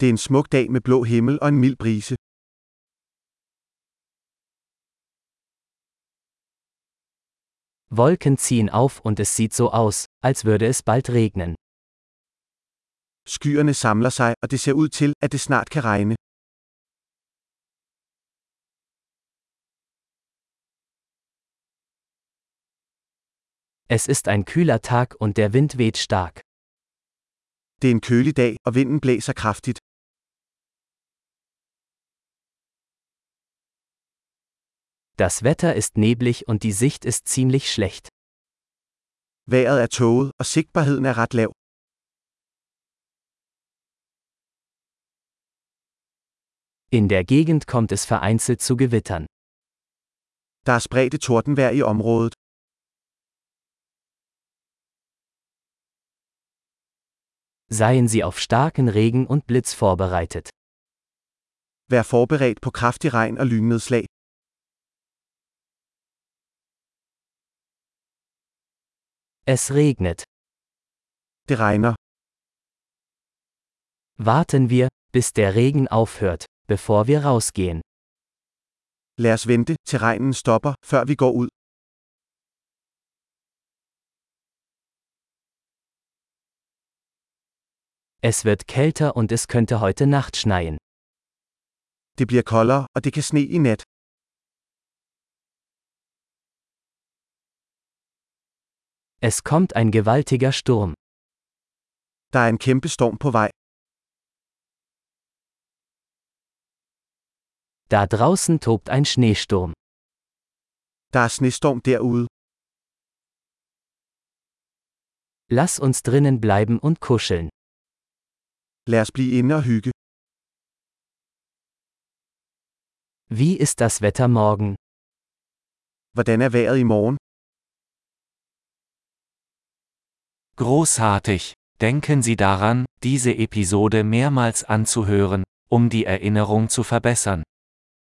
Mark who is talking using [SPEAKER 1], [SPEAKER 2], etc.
[SPEAKER 1] Det er en smuk dag med blå himmel og en mild brise.
[SPEAKER 2] Wolken ziehen auf und es sieht so aus, als würde es bald regnen.
[SPEAKER 1] Skyerne samler sig, og det ser ud til, at det snart kan regne.
[SPEAKER 2] Es ist ein kühler Tag und der Wind weht stark.
[SPEAKER 1] Det er en kølig dag, og vinden blæser kraftigt.
[SPEAKER 2] Das Wetter ist neblig und die Sicht ist ziemlich schlecht.
[SPEAKER 1] Vejret er tåget, og sigtbarheden er ret lav.
[SPEAKER 2] In der Gegend kommt es vereinzelt zu Gewittern.
[SPEAKER 1] Der er spredte tordenvejr i området.
[SPEAKER 2] Seien Sie auf starken Regen und Blitz vorbereitet.
[SPEAKER 1] Vær forberedt på kraftig regn og lynnedslag.
[SPEAKER 2] Es regnet.
[SPEAKER 1] Det regner.
[SPEAKER 2] Warten wir, bis der Regen aufhört, bevor wir rausgehen.
[SPEAKER 1] Lad os vente, til regnen stopper, før vi går ud.
[SPEAKER 2] Es wird kälter und es könnte heute Nacht schneien.
[SPEAKER 1] Det bliver koldere, og det kan sne i nat.
[SPEAKER 2] Es kommt ein gewaltiger Sturm.
[SPEAKER 1] Der er en kæmpe storm på vej.
[SPEAKER 2] Da draußen tobt ein Schneesturm.
[SPEAKER 1] Der er snestorm derude.
[SPEAKER 2] Lass uns drinnen bleiben und kuscheln.
[SPEAKER 1] Lad os blive inde og hygge.
[SPEAKER 2] Wie ist das Wetter morgen?
[SPEAKER 1] Hvordan er vejret i morgen?
[SPEAKER 3] Großartig! Denken Sie daran, diese Episode mehrmals anzuhören, um die Erinnerung zu verbessern.